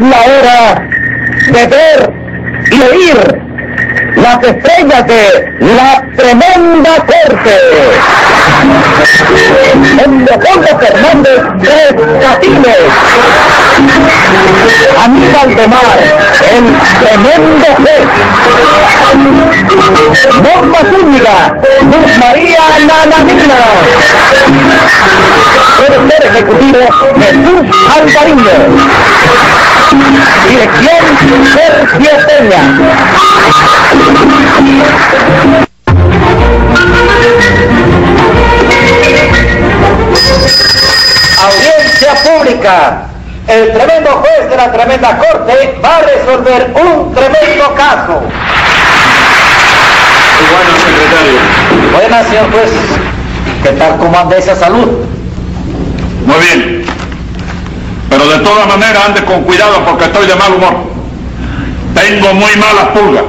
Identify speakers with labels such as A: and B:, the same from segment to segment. A: la hora de ver y oír las estrellas de la tremenda corte. En Leopoldo Fernández Tres Catines. Aníbal de Mar, el tremendo juez. Norma Zúñiga, Luz María Nananina. Productor ejecutivo Jesús Alvariño. Dirección Sergio Peña.
B: Audiencia pública. El tremendo juez de la tremenda corte va a resolver un tremendo caso.
C: Bueno, secretario.
B: Buenas, señor juez. ¿Qué tal? ¿Cómo anda esa salud?
C: Muy bien. Pero de todas maneras ande con cuidado porque estoy de mal humor. Tengo muy malas pulgas.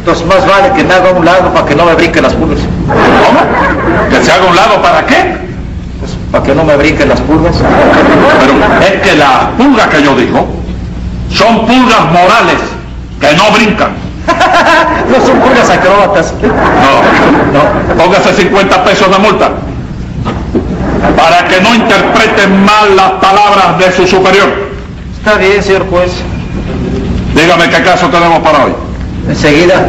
B: Entonces más vale que me haga a un lado para que no me brinquen las pulgas.
C: ¿Cómo? ¿Que se haga a un lado para qué?
B: Pues, para que no me brinquen las pulgas.
C: Pero es que las pulgas que yo digo son pulgas morales que no brincan.
B: no son pulgas acróbatas.
C: No, no. Póngase 50 pesos de multa para que no interpreten mal las palabras de su superior.
B: Está bien, señor juez.
C: Dígame qué caso tenemos para hoy.
B: Enseguida,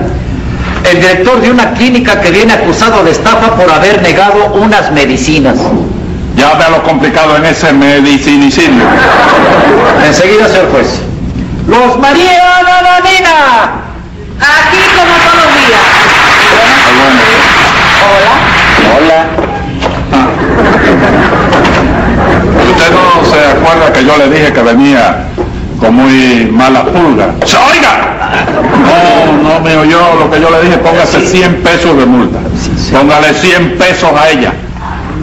B: el director de una clínica que viene acusado de estafa por haber negado unas medicinas.
C: Ya vea lo complicado en ese medicinicidio.
B: Enseguida, señor juez. Los María Nananina.
D: Aquí como todos los días.
B: Hola.
C: Ah, Hola. Hola. ¿Usted no se acuerda que yo le dije que venía con muy mala pulga? ¡Oiga! No, no me oyó lo que yo le dije. Póngase 100 pesos de multa. Póngale 100 pesos a ella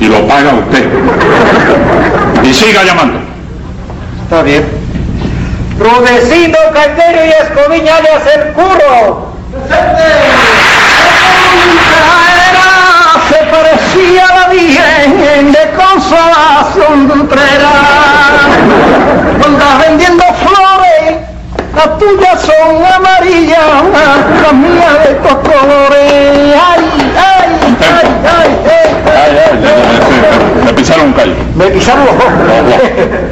C: y lo paga usted. Y siga llamando.
B: Está bien. Rudecino Calderio y Escoviña le hace el culo.
E: se parecía a la Virgen de consolación dutrera. Andas vendiendo flores, las tuyas son amarillas, las mías de estos colores. ¡Ay, ay, ay, ay! ay,
C: ay, Me pisaron un callo.
B: Me pisaron los
C: ojos.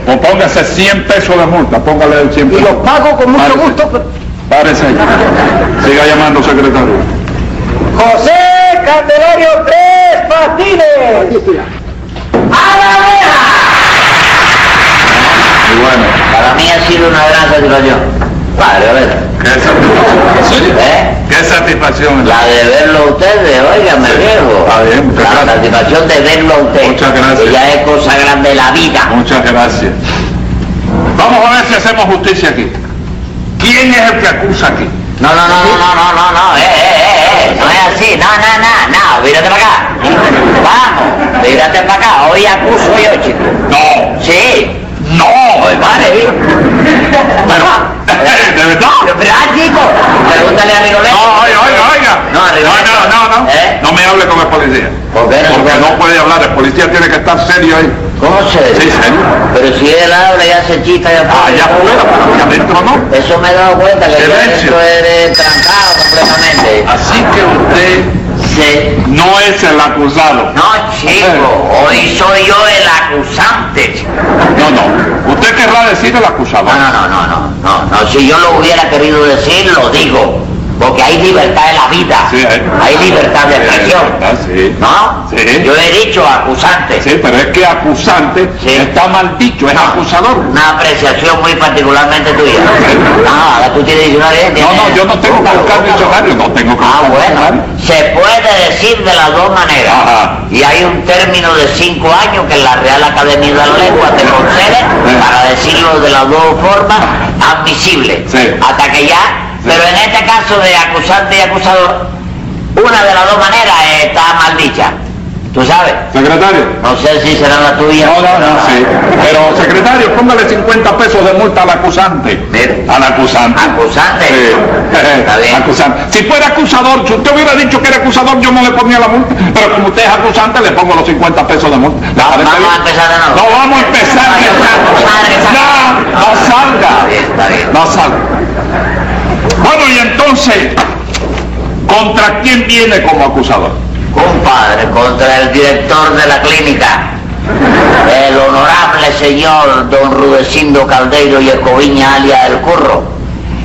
C: Pues póngase 100 pesos de multa, póngale el 100 pesos.
E: Y los pago con mucho gusto.
C: Párese Siga llamando, secretario.
B: José Candelario Tres Patines.
D: ¡A la vera!
C: Y bueno.
F: Para mí ha sido una gran satisfacción. Padre, a ver.
C: ¿Qué satisfacción?
F: ¿Eh?
C: ¿Qué satisfacción?
F: La de verlo a ustedes, oiga, me viejo.
C: Está bien, muchas
F: La
C: gracias.
F: satisfacción de verlo a ustedes.
C: Muchas gracias.
F: Que ya es cosa grande de la vida.
C: Muchas gracias. Vamos a ver si hacemos justicia aquí. ¿Quién es el que acusa aquí?
F: No, no, no, no, no, no, no, no, eh, eh, eh, eh, no es así, no, no, no, no, vírate para acá. Vamos, vírate para acá, hoy acuso yo, chico.
C: No,
F: Sí,
C: no.
F: pues vale,
C: Pero, ¿de verdad?
F: Pero, pero, ah, chico, pregúntale a Rigoletto.
C: No, oiga, oiga, oiga.
F: No, arriba.
C: no, no, no, no.
F: ¿Eh?
C: No me hable con el policía.
F: ¿Por qué no?
C: Porque no puede hablar, el policía tiene que estar serio ahí.
F: ¿Cómo se
C: Sí, señor.
F: Pero si él habla y hace chistes allá
C: Ah,
F: afuera.
C: ya fuera, pero aquí adentro no.
F: Eso me he dado cuenta que yo
C: Silencio.
F: esto eres trancado completamente.
C: Así que usted
F: Sí.
C: no es el acusado.
F: No, chico, hoy soy yo el acusante. chico.
C: No, no. Usted querrá decir el acusado.
F: No, no, no, no, no, no, no. Si yo lo hubiera querido decir, lo digo. Porque hay libertad en la vida.
C: Sí, hay.
F: libertad de
C: Sí, hay
F: expresión.
C: libertad, sí.
F: ¿No?
C: Sí.
F: Yo he dicho acusante.
C: Sí, pero es que acusante
F: Sí.
C: está mal dicho, es acusador.
F: Una apreciación muy particularmente tuya. Ah, ahora tú tienes 19 años.
C: No, no, yo no tengo que buscar diccionario, no tengo que
F: Ah,
C: buscar
F: bueno,
C: diccionario.
F: se puede decir de las dos maneras.
C: Ajá.
F: Y hay un término de cinco años que la Real Academia de la Lengua te concede
C: Sí.
F: para decirlo de las dos formas admisible.
C: Sí.
F: Hasta que ya,
C: Sí.
F: pero en este caso de acusante y acusador, una de las dos maneras está mal dicha. ¿Tú sabes?
C: Secretario.
F: No sé si será la tuya. Ah,
C: No, no,
F: pero
C: no, sí. Pero, secretario, póngale 50 pesos de multa al acusante.
F: Mire.
C: Al acusante.
F: Acusante.
C: Sí.
F: Está bien.
C: Acusante. Si fuera acusador, si usted hubiera dicho que era acusador, yo no le ponía la multa. Pero como usted es acusante, le pongo los 50 pesos de multa. ¿Le parece
F: Vamos a
C: bien?
F: empezar de nuevo.
C: No vamos a empezar.
F: Ay,
C: de
F: madre,
C: nuevo.
F: madre,
C: Ya, no
F: Está
C: salga.
F: bien, está bien.
C: Dile como acusador.
F: Compadre, contra el director de la clínica, el honorable señor don Rudecindo Caldeiro y Escoviña alias El Curro,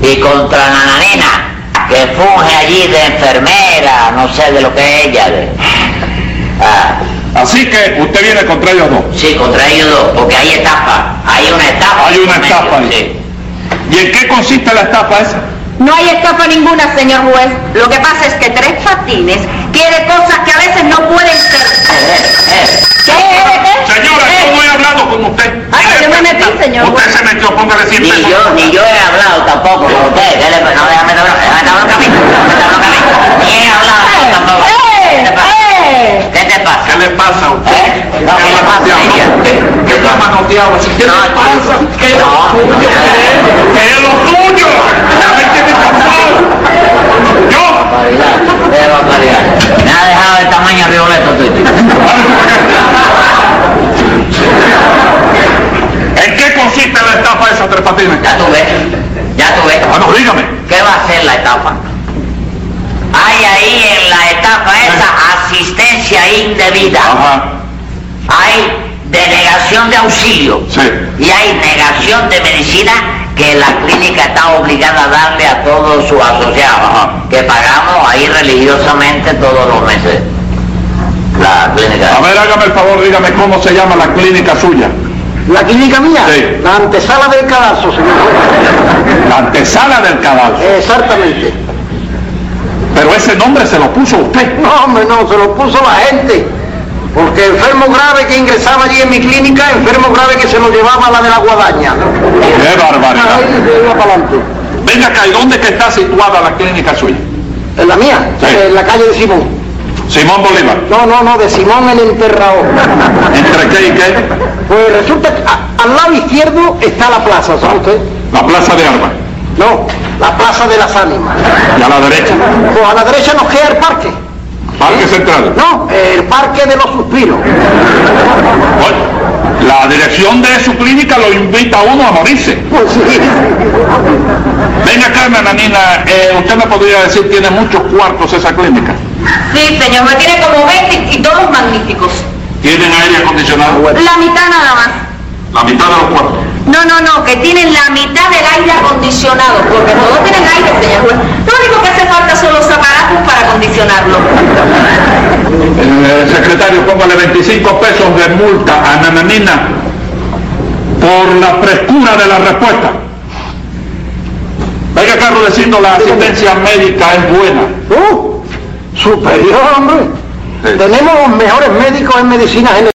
F: y contra Nananina, que funge allí de enfermera, no sé de lo que es ella. de- Ah,
C: Así que usted viene contra ellos dos.
F: sí, contra ellos dos, porque hay estafa, hay una estafa.
C: Hay una
F: en medio,
C: estafa ahí.
F: sí.
C: ¿Y en qué consiste la estafa esa?
D: No hay estafa ninguna, señor juez. Lo que pasa es que Tres Patines quiere cosas que a veces no pueden ser. eh,
F: Eh, eh.
D: ¿Qué? ¿Qué?
C: Señora, yo no he hablado con usted.
D: Ay,
C: Mire,
D: yo me
C: usted-
D: metí, señor.
C: Usted se metió, póngale
F: Ni
C: siempre.
F: yo, ni yo he hablado tampoco con usted. ¿Qué le pasa? No, déjame hablar, déjame hablar a mí. Déjame hablar a mí. Ni he hablado yo tampoco. ¿Qué te pasa? ¿Qué te pasa?
C: ¿Qué le pasa a usted?
F: ¿Eh? No, ¿qué le pasa a ella?
C: ¿Qué está manoteado así? ¿Qué le
F: No,
C: pasa?
F: no,
C: ¿Qué es lo
F: no,
C: tuyo?
F: no.
C: ¿Qué es lo tuyo? La gente me cansó. Yo,
F: Barbaridad, qué barbaridad. Me ha dejado de tamaño Rigoletto Twitter.
C: ¿En qué consiste la estafa esa, Tres Patines?
F: Ya tú ves, ya tú ves.
C: Bueno, dígame.
F: ¿Qué va a ser la estafa? Hay ahí en la estafa esa asistencia indebida.
C: Ajá,
F: hay denegación de auxilio
C: Sí.
F: y hay negación de medicina que la clínica está obligada a darle a todos sus asociados,
C: Ajá.
F: que pagamos ahí religiosamente todos los meses. La clínica.
C: a ver, hágame el favor, dígame cómo se llama la clínica suya.
E: ¿La clínica mía?
C: Sí.
E: La antesala del cadastro, señor juez.
C: La antesala del cadáver.
E: Exactamente.
C: Pero ese nombre se lo puso usted.
E: No, hombre, no, se lo puso la gente. Porque enfermo grave que ingresaba allí en mi clínica, enfermo grave que se lo llevaba a la de la guadaña.
C: ¡Qué barbaridad!
E: Ahí se iba para adelante.
C: Venga acá, ¿y dónde que está situada la clínica suya?
E: En la mía,
C: Sí.
E: en la calle de Simón.
C: Simón Bolívar.
E: No, no, no, de Simón el enterrador.
C: ¿Entre qué y qué?
E: Pues resulta que a- al lado izquierdo está la plaza, ¿sabe usted?
C: La Plaza de Armas.
E: No, la plaza de las ánimas.
C: Y a la derecha,
E: Pues a la derecha nos queda el parque.
C: Parque Central.
E: No, el parque de los suspiros.
C: Oye, La dirección de su clínica lo invita a uno a morirse.
E: Pues sí.
C: Venga acá, nananina, eh, usted me podría decir, tiene muchos cuartos esa clínica.
D: Sí, señor juez, tiene como 20 y todos magníficos.
C: Tienen aire acondicionado.
D: La mitad nada más.
C: La mitad de los cuartos.
D: No, no, no, que tienen la mitad del aire acondicionado, porque todos tienen aire, señor juez. Lo único que hace falta son los aparatos para acondicionarlo.
C: Eh, secretario, póngale 25 pesos de multa a nananina por la frescura de la respuesta. Venga acá, Rudecindo, la asistencia médica es buena.
E: Uh, superior, hombre.
C: Sí.
E: Tenemos los mejores médicos en medicina ¿eh? general.